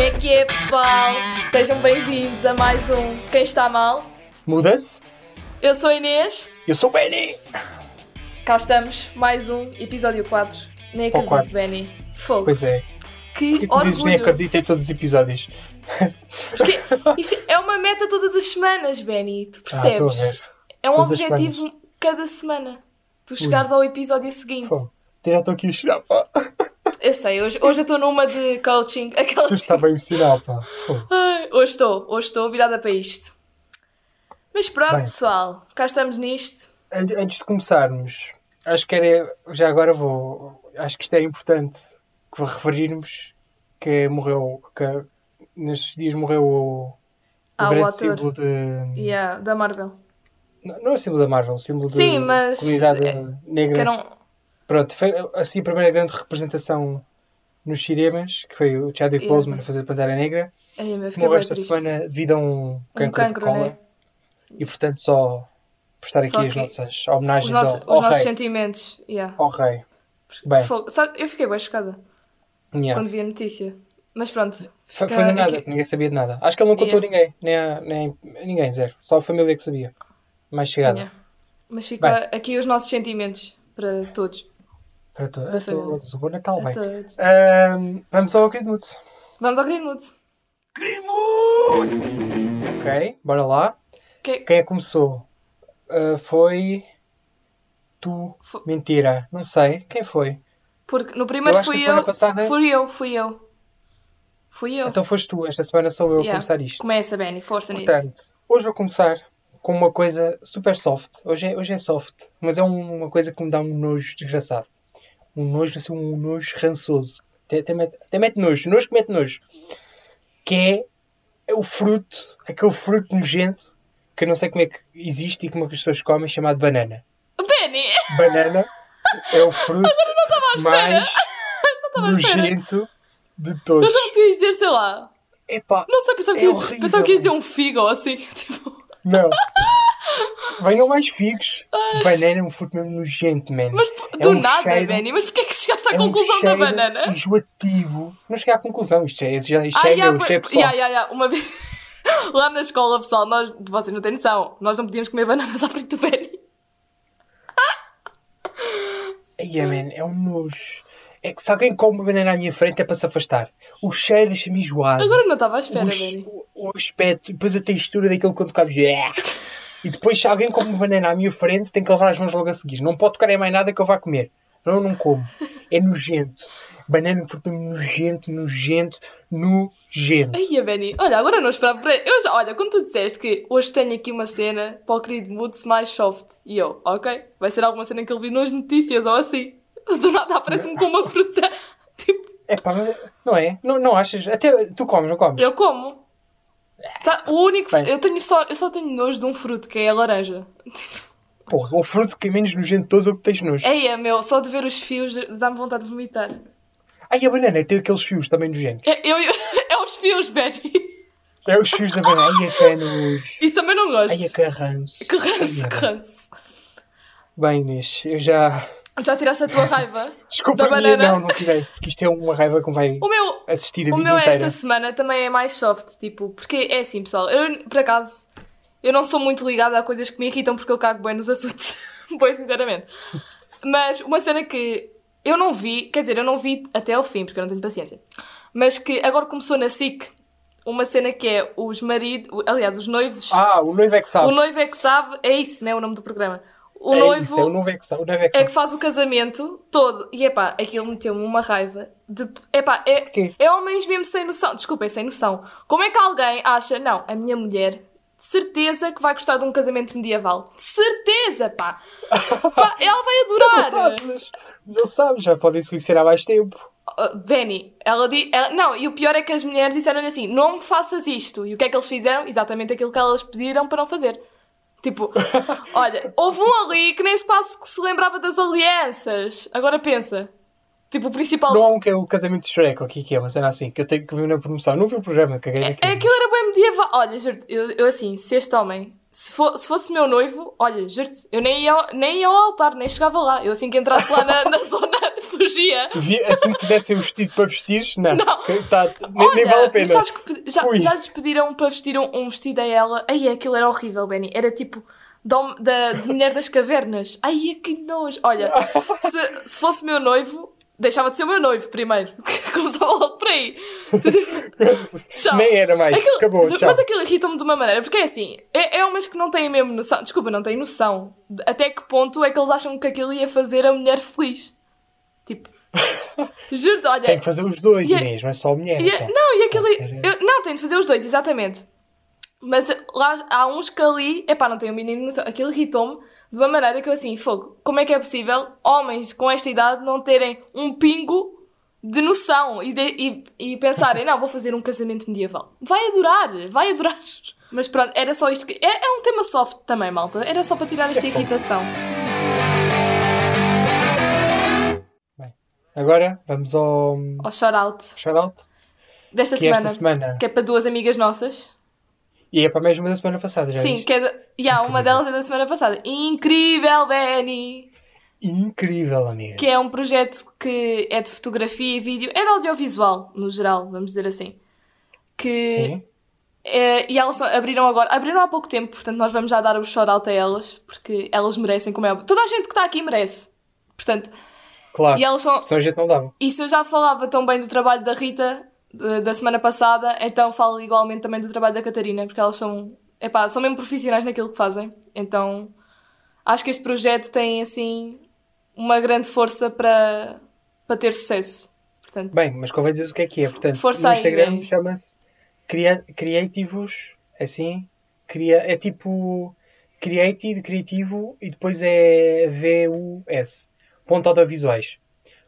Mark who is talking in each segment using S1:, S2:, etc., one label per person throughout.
S1: é que é, pessoal? Sejam bem-vindos a mais um Quem Está Mal.
S2: Muda-se.
S1: Eu sou a Inês.
S2: Eu sou o Benny.
S1: Cá estamos, mais um episódio 4. Nem
S2: Ou
S1: acredito,
S2: quatro.
S1: Benny. Fogo.
S2: Pois é.
S1: Que,
S2: O que é que tu dizes? Nem
S1: orgulho.
S2: acredito em todos os episódios. Ah,
S1: Porque isto é uma meta todas as semanas, Benny. Tu
S2: Ah, estou a
S1: percebes?
S2: ver.
S1: é um
S2: Todas as
S1: objetivo cada semana. Tu chegares ao episódio seguinte.
S2: Pô, até já estou aqui a chorar, pá.
S1: Eu sei, hoje, hoje eu estou numa de coaching. Aquela...
S2: Tu estava emocional, pá. Pô,
S1: Ai, hoje estou, hoje estou virada para isto. Mas pronto,
S2: Bem.
S1: pessoal, cá estamos nisto.
S2: an- Antes de começarmos, acho que era. Já agora vou. Acho que isto é importante que referirmos que morreu. Que nestes dias morreu o, o
S1: Ah, o
S2: grande
S1: ator.
S2: símbolo de.
S1: Yeah, da Marvel.
S2: Não, não é o símbolo da Marvel, o símbolo
S1: Sim,
S2: da
S1: mas,
S2: comunidade
S1: é,
S2: negra.
S1: Que eram...
S2: Pronto, foi assim a primeira grande representação nos cinemas, que foi o Chadwick
S1: Exato.
S2: Boseman a fazer Pantera Negra,
S1: Ai, meu, fiquei
S2: morreu
S1: bem
S2: esta
S1: triste.
S2: semana devido a um cancro,
S1: cancro,
S2: de cólera.
S1: né?
S2: E portanto só prestar aqui
S1: Só
S2: as
S1: que-
S2: nossas
S1: Os
S2: homenagens
S1: nossos,
S2: ao,
S1: os
S2: ao
S1: nossos
S2: rei.
S1: sentimentos. Yeah.
S2: Ao rei. Bem,
S1: Fogo. Sabe, eu fiquei bem chocada
S2: yeah.
S1: quando vi a notícia. Mas pronto.
S2: Foi,
S1: fica
S2: foi nada,
S1: aqui-
S2: ninguém sabia de nada. Acho que ele não contou
S1: Yeah.
S2: a ninguém, nem, a, nem a ninguém, zero. Só a família que sabia. Mais chegada.
S1: Yeah. Mas fica aqui os nossos sentimentos para todos.
S2: Para tu,
S1: Da
S2: a
S1: família.
S2: todos, o bom Natal,
S1: A
S2: Tá bem.
S1: todos.
S2: Ahm, vamos ao querido Nudes.
S1: Vamos ao Greenwood.
S2: Ok, bora lá.
S1: Que...
S2: Quem é que começou? Ah, foi. Tu.
S1: Fo-
S2: Mentira, não sei. Quem foi?
S1: Porque no primeiro
S2: Eu acho que a
S1: fui
S2: semana
S1: eu.
S2: passada-
S1: Fui eu, fui eu. Fui eu.
S2: Então foste tu. Esta semana sou eu a
S1: Yeah. é
S2: começar isto.
S1: Começa, Benny, força nisso.
S2: Portanto, hoje vou começar com uma coisa super soft. Hoje é, hoje é soft, mas é um- uma coisa que me dá um nojo desgraçado. Um nojo, assim, um nojo rançoso. Até, até mete, até mete nojo. Nojo que mete nojo. Que é, é o fruto, aquele fruto nojento que eu não sei como é que existe e como é que as pessoas comem, chamado banana.
S1: Benny!
S2: banana é o fruto
S1: espera.
S2: mais
S1: à espera.
S2: nojento de todos.
S1: Eu já me tinha dizer, sei lá.
S2: Epá,
S1: Não sei, pensava
S2: É
S1: que ias
S2: horrível.
S1: pensava que ias dizer um figo ou assim. Tipo.
S2: não. Venham mais figos. Banana é um fruto mesmo nojento, man.
S1: Mas
S2: É
S1: do
S2: um
S1: nada,
S2: cheiro-
S1: Benny, mas porquê é que chegaste à
S2: É um
S1: conclusão da
S2: cheiro
S1: banana?
S2: enjoativo. Não cheguei à conclusão. Isto é, isto já, isto
S1: Ah,
S2: já é
S1: yeah,
S2: meu,
S1: pois-
S2: isto é pessoal.
S1: yeah, yeah, yeah. Uma vez lá na escola, pessoal, nós, vocês não têm noção, nós não podíamos comer bananas à frente do Benny.
S2: Ai, man, é um nojo. É que se alguém come uma banana à minha frente é para se afastar. O cheiro deixa-me enjoado.
S1: Agora não estava à espera,
S2: o,
S1: Benny.
S2: o- o aspecto, depois a textura daquilo quando cabes. E depois, se alguém come uma banana à minha frente, tem que lavar as mãos logo a seguir. Não pode tocar em mais nada que eu vá comer. Não, não como. É nojento. Banana é um fruto nojento, nojento, nojento.
S1: Ai, a Benny, olha, agora não esperava para. Eu já, olha, quando tu disseste que hoje tenho aqui uma cena para o querido Moods mais soft, e eu, ok, vai ser alguma cena que ele viu nas notícias ou assim. Do nada aparece-me com uma fruta. Tipo,
S2: É pá, mas não é? Não, não achas? Até tu comes, não comes?
S1: eu como. Sa- o único.
S2: Bem.
S1: Eu, tenho só, eu só tenho nojo de um fruto, que é a laranja.
S2: Porra, o fruto que é menos nojento de todos é o que tens nojo.
S1: Ei, é meu, só de ver os fios dá-me vontade de vomitar.
S2: Ai, a banana tem aqueles fios também nojentos.
S1: É, eu, é os fios, Benny.
S2: É os fios da banana. Ai, é que é nojo.
S1: Isso também não gosto.
S2: Ai, é que é ranço.
S1: Que ranço,
S2: Ai,
S1: que
S2: é.
S1: ranço.
S2: Bem, Inês, eu já...
S1: Já tiraste a tua raiva?
S2: Desculpa,
S1: Da
S2: a minha,
S1: banana.
S2: não, não tirei. Porque isto é uma raiva que me vai
S1: O meu,
S2: assistir a
S1: O
S2: vida
S1: meu
S2: inteira.
S1: esta semana também é mais soft, tipo, porque é assim, pessoal, eu por acaso eu não sou muito ligada a coisas que me irritam porque eu cago bem nos assuntos, bem sinceramente. Mas uma cena que eu não vi, quer dizer, eu não vi até ao fim, porque eu não tenho paciência, mas que agora começou na SIC, uma cena que é os maridos, aliás, os noivos,
S2: Ah, o noivo é que sabe.
S1: o noivo é que sabe, é isso, não é o nome do programa. O
S2: é
S1: noivo
S2: isso, é o noivo é que sabe. O noivo é que
S1: é
S2: sabe.
S1: que faz o casamento todo. E epá, aquilo meteu-me uma raiva. De... Epá, é,
S2: Quê?
S1: é homens mesmo sem noção. Desculpem, sem noção. Como é que alguém acha, não, a minha mulher, de certeza que vai gostar de um casamento medieval? De certeza, pá! Pá, ela vai
S2: Não
S1: adorar!
S2: sabes, não sabes, já podem se conhecer há mais tempo.
S1: Uh, Benny, ela diz. não, e o pior é que as mulheres disseram-lhe assim: não me faças isto. E o que é que eles fizeram? Exatamente aquilo que elas pediram para não fazer. Tipo, olha, houve um ali que nem se quase que se lembrava das alianças. Agora pensa. Tipo, o principal.
S2: Não há um que é o casamento de Shrek, ou o que é que é, mas era assim, que eu tenho que ver na promoção. Não vi o programa, caguei
S1: É,
S2: naquilo.
S1: é, aquilo era bem medieval. Olha, juro-te, eu, eu assim, se este homem. Se, fo- se fosse meu noivo, olha, juro-te, eu nem ia, ao- nem ia ao altar, nem chegava lá. Eu assim que entrasse lá na, na zona cirurgia.
S2: Vi- Assim que te dessem o vestido para vestir, não.
S1: Não.
S2: Que- tá, nem, nem
S1: Olha,
S2: vale a pena.
S1: mas Sabes que pe- já,
S2: Fui.
S1: já lhes pediram para vestir um, um vestido a ela. Ai, aquilo era horrível, Benny. Era tipo de, hom- da- de mulher das cavernas. Ai, que nojo. Olha, se, se fosse meu noivo, deixava de ser o meu noivo primeiro. Começava logo por aí. Tchau.
S2: Nem era mais.
S1: Aquilo-
S2: Acabou,
S1: mas,
S2: tchau.
S1: mas aquilo irrita-me de uma maneira, porque é assim, é, é umas que não têm mesmo noção, desculpa, não têm noção de até que ponto é que eles acham que aquilo ia fazer a mulher feliz. Tipo, juro-te, olha,
S2: Tem que fazer os dois,
S1: E a-
S2: Inês, não é só a mulher.
S1: e é-
S2: então.
S1: não, e aquele.
S2: Pode ser-
S1: eu- não, tem de fazer os dois, exatamente. Mas eh, lá há uns que ali. Epá, não tenho o mínimo noção. Aquilo irritou-me de uma maneira que eu assim, fogo, como é que é possível homens com esta idade não terem um pingo de noção e, de- e- e pensarem, não, vou fazer um casamento medieval. Vai adorar, vai adorar. Mas pronto, era só isto que. É, é um tema soft também, malta. Era só para tirar esta irritação.
S2: Agora vamos ao
S1: Ao shout-out
S2: shout-out.
S1: Oh, desta
S2: Que é esta
S1: semana,
S2: semana.
S1: Que é para duas amigas nossas.
S2: E é para a mesma da semana passada, já
S1: Sim,
S2: viste?
S1: que é da- Ya, uma delas é da semana passada. Incrível, Benny!
S2: Incrível, amiga.
S1: Que é um projeto que é de fotografia e vídeo, é de audiovisual, no geral, vamos dizer assim. Que
S2: Sim.
S1: é, e elas só- abriram agora, abriram há pouco tempo, portanto nós vamos já dar o shout-out a elas, porque elas merecem, como é óbvio. Toda a gente que está aqui merece. Portanto,
S2: Claro.
S1: e elas são,
S2: Senão a gente não dava.
S1: e se eu já falava tão bem do trabalho da Rita de- da semana passada, então falo igualmente também do trabalho da Catarina, porque elas são, epá, são mesmo profissionais naquilo que fazem. Então acho que este projeto tem assim uma grande força para, para ter sucesso. Portanto,
S2: Bem, mas convém dizer o que é que é. Portanto,
S1: Força
S2: no
S1: aí,
S2: Instagram
S1: bem.
S2: chama-se Crea- Creativos, assim. Cria... É tipo Creative, Criativo e depois é VUS. Ponto audiovisuais.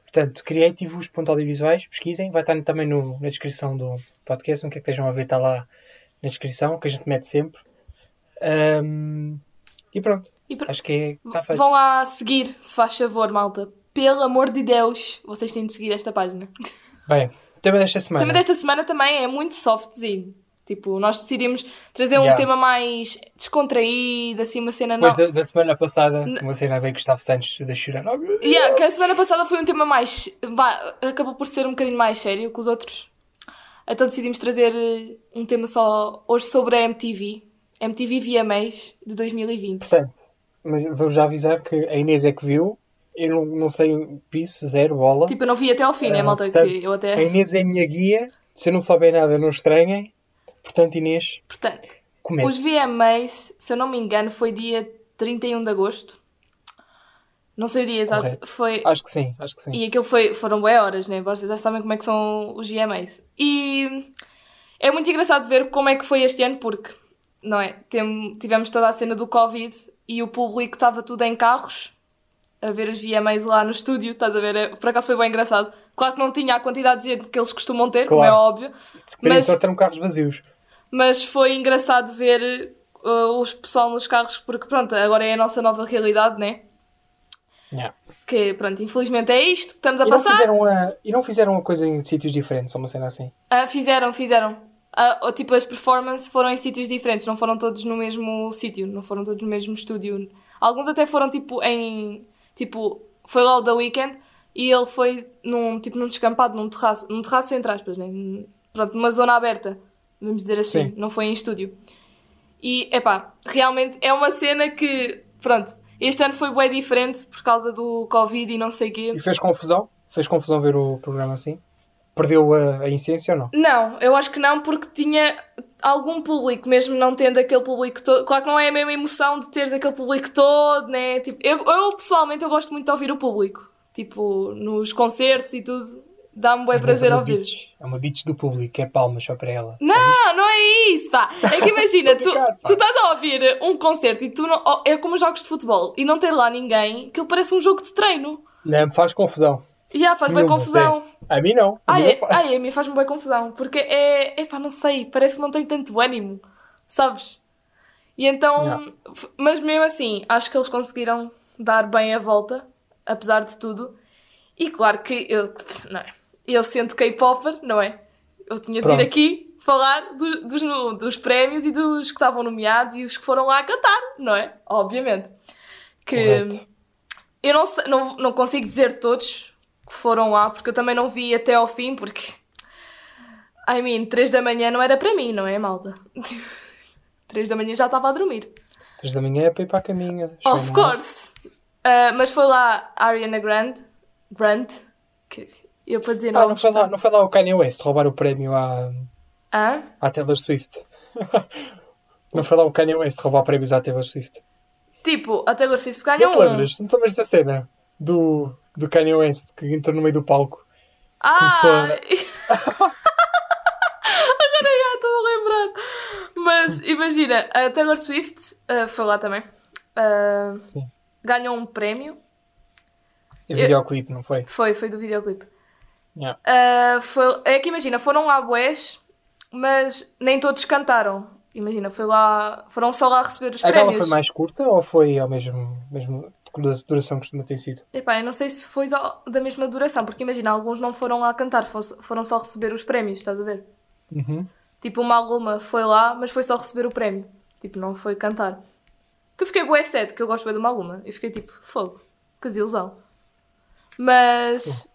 S2: Portanto, Creativos, ponto audiovisuais, pesquisem. Vai estar também no- na descrição do podcast. O que é que estejam a ver está lá na descrição, que a gente mete sempre. Ahm, E pronto,
S1: e pr-
S2: acho que está feito.
S1: vão lá seguir, se faz favor, malta. Pelo amor de Deus, vocês têm de seguir esta página.
S2: Bem, né? tema desta semana.
S1: Também desta semana também é muito softzinho. Tipo, nós decidimos trazer um
S2: Yeah.
S1: tema mais descontraído, assim, uma cena
S2: Depois
S1: nova.
S2: da, da semana passada, uma cena bem Gustavo Santos da chorar.
S1: Yeah, que a semana passada foi um tema mais. vá, acabou por ser um bocadinho mais sério que os outros. Então decidimos trazer eh, um tema só hoje sobre a MTV. MTV VMAs de 2020.
S2: Portanto, mas vou já avisar que a Inês é que viu. Eu não, não sei piso, zero, bola.
S1: Tipo, eu não vi até ao fim, né,
S2: Ah,
S1: malta?
S2: portanto,
S1: que eu
S2: A
S1: até.
S2: Inês é a minha guia. Se eu não souber nada, não estranhem. Portanto, Inês,
S1: Portanto,
S2: comece.
S1: os VMAs, se eu não me engano, foi dia 31 de agosto. Não sei o dia exato.
S2: Correto.
S1: Foi.
S2: Acho que sim, acho que sim.
S1: E aquilo foi, foram boas horas, né? Vocês já sabem como é que são os GMAs. E é muito engraçado ver como é que foi este ano, porque, não é? Tem- tivemos toda a cena do Covid e o público estava tudo em carros a ver os VMAs lá no estúdio, estás a ver? É- Por acaso foi bem engraçado. Claro que não tinha a quantidade de gente que eles costumam ter, como é
S2: Claro.
S1: óbvio,
S2: Se calhar
S1: mas-
S2: só terão carros vazios.
S1: mas foi engraçado ver uh, os pessoal nos carros, porque pronto, agora é a nossa nova realidade, né?
S2: Yeah.
S1: Que pronto, infelizmente é isto que estamos a
S2: E, não
S1: passar.
S2: fizeram a, e não fizeram a coisa em sítios diferentes, ou uma cena assim.
S1: Ah, fizeram, fizeram. Ah, ou, tipo, as performances foram em sítios diferentes, não foram todos no mesmo sítio, não foram todos no mesmo estúdio. Alguns até foram tipo em. Tipo, foi lá o The Weeknd e ele foi num, tipo, num descampado, num terraço, num terraço entre aspas, né? Pronto, numa zona aberta, vamos dizer assim,
S2: Sim.
S1: não foi em estúdio. E, epá, realmente é uma cena que, pronto, este ano foi bem diferente por causa do Covid e não sei o quê.
S2: E fez confusão? Fez confusão ver o programa assim? Perdeu a, a essência ou não?
S1: Não, eu acho que não, porque tinha algum público, mesmo não tendo aquele público todo. Claro que não é a mesma emoção de teres aquele público todo, né? Tipo, eu, eu, pessoalmente eu gosto muito de ouvir o público. Tipo, nos concertos e tudo, dá-me bem prazer
S2: Mas
S1: ouvir.
S2: É uma beach do público, é palmas só para ela.
S1: Não, não é isso, pá. É que imagina, tu,
S2: Tô brincando, pá.
S1: tu estás a ouvir um concerto e tu não. oh, É como os jogos de futebol e não tem lá ninguém, que parece um jogo de treino.
S2: Não, me faz confusão.
S1: E ah, faz bem
S2: Nenhuma,
S1: confusão.
S2: A mim não. A
S1: Ai,
S2: mim não
S1: é-
S2: faz.
S1: ai, a mim faz-me boa confusão, porque é, epá, não sei, parece que não tem tanto ânimo, sabes? E então, f- mas mesmo assim, acho que eles conseguiram dar bem a volta, apesar de tudo. E claro que eu, não é? Eu sendo K-Popper, não é? Eu tinha de vir
S2: Pronto.
S1: aqui falar do- dos, no- dos prémios e dos que estavam nomeados e os que foram lá cantar, não é? Obviamente. Que
S2: Correto.
S1: eu não, sei- não, não consigo dizer todos, que foram lá, porque eu também não vi até ao fim, porque. I mean, 3 da manhã não era para mim, não é, malta? 3 da manhã já estava a dormir.
S2: 3 da manhã é para ir para a caminha.
S1: Of
S2: Chama.
S1: course! Ah, mas foi lá a Ariana Grande. Grande? Que- Eu para dizer
S2: Ah, não
S1: nomes,
S2: foi, lá, não foi lá o Kanye West roubar o prémio à,
S1: Hã?
S2: à Taylor Swift. não foi lá o Kanye West roubar prémios à Taylor Swift.
S1: Tipo, a Taylor Swift ganhou
S2: Não te
S1: um.
S2: lembras? Não te lembras da cena do, do Kanye West que entrou no meio do palco?
S1: Ah!
S2: Começou-
S1: Agora já estou a lembrar. Mas imagina, a Taylor Swift ah, foi lá também. Ah,
S2: Sim.
S1: ganhou um prémio.
S2: E
S1: Eu-
S2: o videoclipe, não foi?
S1: Foi, foi do videoclipe.
S2: Yeah.
S1: Ah, foi- é que imagina, foram lá boés, mas nem todos cantaram. Imagina, foi lá, foram só lá receber os
S2: A gala
S1: prémios.
S2: foi mais curta ou foi ao mesmo, mesmo duração que costuma ter sido?
S1: Epá, eu não sei se foi da, da mesma duração, porque imagina, alguns não foram lá cantar, fo- foram só receber os prémios, estás a ver?
S2: Uhum.
S1: Tipo, uma aluna foi lá, mas foi só receber o prémio. Tipo, não foi cantar. Que eu fiquei bué sad, que eu gosto bem de uma aluna. Eu fiquei tipo, fogo, que desilusão. Mas,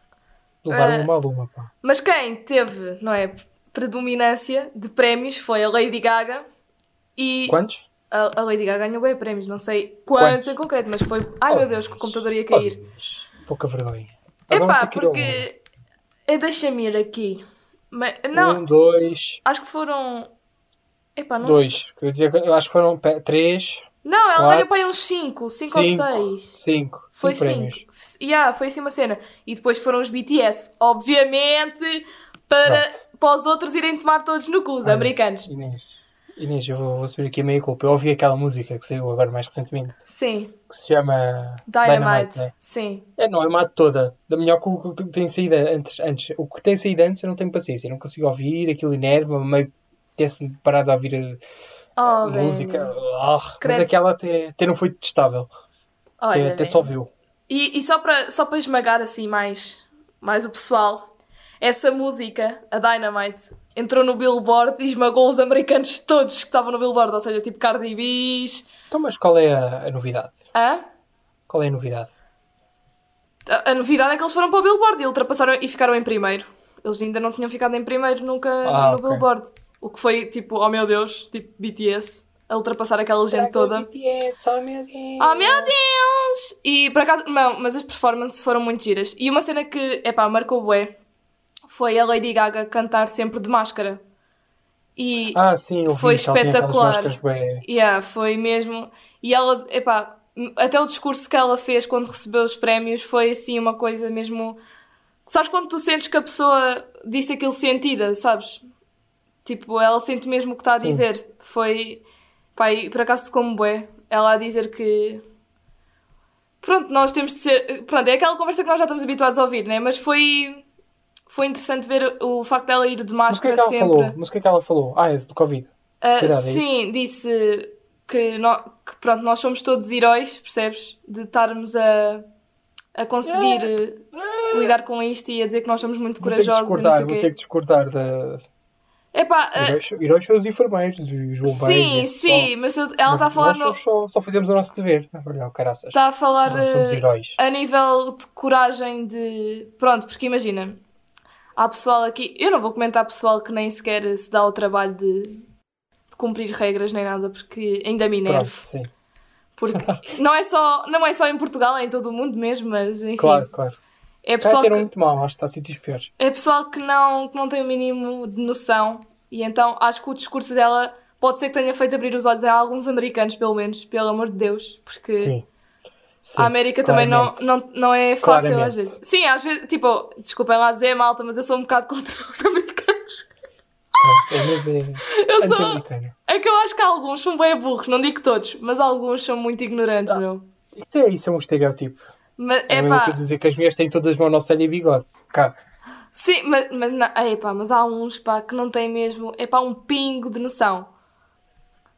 S2: Levaram
S1: Ah.
S2: uma aluna, pá.
S1: mas quem teve, não é, predominância de prémios foi a Lady Gaga e...
S2: Quantos?
S1: A, a Lady Gaga ganhou bem prémios, não sei quantos,
S2: Quantos?
S1: em concreto, mas foi... Ai meu Deus, que o computador ia cair.
S2: Oh, pouca vergonha. Agora
S1: Epá,
S2: vou ter que ir ao mundo.
S1: porque... É, Deixa-me ir aqui. Mas, não,
S2: Um, dois,
S1: acho que foram... Epá, não sei.
S2: dois. Eu, diria que- eu acho que foram pe- três,
S1: Não, ela
S2: Quatro,
S1: ganhou para aí uns 5, 5 ou
S2: cinco,
S1: 6.
S2: cinco.
S1: Foi
S2: cinco prémios.
S1: 5. Yeah, foi assim uma cena. E depois foram os BTS, obviamente, para, para os outros irem tomar todos no cu, os
S2: Olha.
S1: americanos.
S2: Inês, Inês, eu vou, vou subir aqui a meia culpa. Eu ouvi aquela música que saiu agora mais recentemente,
S1: Sim,
S2: que se chama
S1: Dynamite.
S2: né?
S1: Sim.
S2: É, não, é má de toda. Da melhor que o que tem saído antes, antes. O que tem saído antes eu não tenho paciência, eu não consigo ouvir, aquilo enerva, meio tivesse-me parado a ouvir a-
S1: Oh,
S2: a
S1: velho.
S2: música. Ah, mas
S1: Credo.
S2: aquela até, até não foi testável, até,
S1: Olha,
S2: até
S1: velho.
S2: só viu.
S1: E, e só para só para esmagar assim mais, mais o pessoal, essa música, a Dynamite, entrou no Billboard e esmagou os americanos todos que estavam no Billboard, ou seja, tipo Cardi B's.
S2: Então, mas qual é a, a novidade?
S1: Hã?
S2: Qual é a novidade?
S1: A, a novidade é que eles foram para o Billboard e ultrapassaram e ficaram em primeiro. Eles ainda não tinham ficado em primeiro nunca
S2: Ah,
S1: no
S2: ok.
S1: Billboard. O que foi tipo, oh meu Deus, tipo BTS, a ultrapassar aquela
S2: é
S1: gente toda.
S2: BTS, oh meu Deus.
S1: Oh meu Deus! E por acaso, não, mas as performances foram muito giras. E uma cena que, epá, marcou bué foi a Lady Gaga cantar sempre de máscara. E
S2: Ah, sim, eu vi
S1: Foi
S2: que ela tinha aquelas
S1: espetacular.
S2: máscaras bem-
S1: Yeah, foi mesmo. E ela, epá, até o discurso que ela fez quando recebeu os prémios foi assim uma coisa mesmo. Sabes quando tu sentes que a pessoa disse aquilo sentida, sabes? Tipo, ela sente mesmo o que está a dizer. Foi. Pá, e por acaso como bué. Ela a dizer que. Pronto, nós temos de ser. Pronto, é aquela conversa que nós já estamos habituados a ouvir, né? Mas foi. Foi interessante ver o facto dela ir de
S2: Mas o que é
S1: máscara
S2: que ela
S1: sempre.
S2: falou? Mas o que é que ela falou? Ah, é do Covid.
S1: Ah,
S2: Cuidado, é isso?
S1: sim, disse que, nó- que, pronto, nós somos todos heróis, percebes? De estarmos a, a conseguir eh, lidar com isto e a dizer que nós somos muito
S2: Ah, Vou ter que
S1: corajosos e não
S2: discordar,
S1: sei o
S2: vou ter
S1: quê.
S2: que discordar da,
S1: Epá, ah,
S2: Heróis, heróis são os enfermeiros e os bombeiros. e
S1: sim,
S2: esse
S1: sim, mas eu- ela
S2: pessoal.
S1: está a falar,
S2: Nós
S1: no,
S2: só, só fizemos o nosso dever. Ah, Olha, o caraças.
S1: está a falar
S2: Nós somos
S1: eh,
S2: heróis.
S1: a nível de coragem de... Pronto, porque imagina, há pessoal aqui... Eu não vou comentar pessoal que nem sequer se dá o trabalho de, de cumprir regras nem nada, porque ainda me
S2: Pronto,
S1: enervo.
S2: sim.
S1: Porque não é só, não é só em Portugal, é em todo o mundo mesmo, mas enfim.
S2: Claro, claro.
S1: É
S2: Está
S1: pessoal,
S2: a ter um-
S1: que,
S2: muito mal, acho que está a sítios piores.
S1: é pessoal que, não, que não tem o mínimo de noção e então acho que o discurso dela pode ser que tenha feito abrir os olhos a alguns americanos, pelo menos, pelo amor de Deus, porque
S2: Sim. Sim.
S1: a América também não,
S2: claramente.
S1: não, não é fácil às
S2: Claramente.
S1: vezes. Sim, às vezes, tipo, desculpem lá dizer malta, mas eu sou um bocado contra os americanos.
S2: Pronto, É, mas é
S1: Eu sou.
S2: anti-americano.
S1: É que eu acho que alguns são bem burros, não digo todos, mas alguns são muito ignorantes, meu.
S2: Isto é isso, é um estereotipo.
S1: Mas,
S2: Ah, É a mesma
S1: epá,
S2: coisa dizer que as mulheres têm todas monocelha e bigode. Cá,
S1: Sim, mas, mas, na- ah, epá, mas há uns pá, que não têm mesmo epá, um pingo de noção.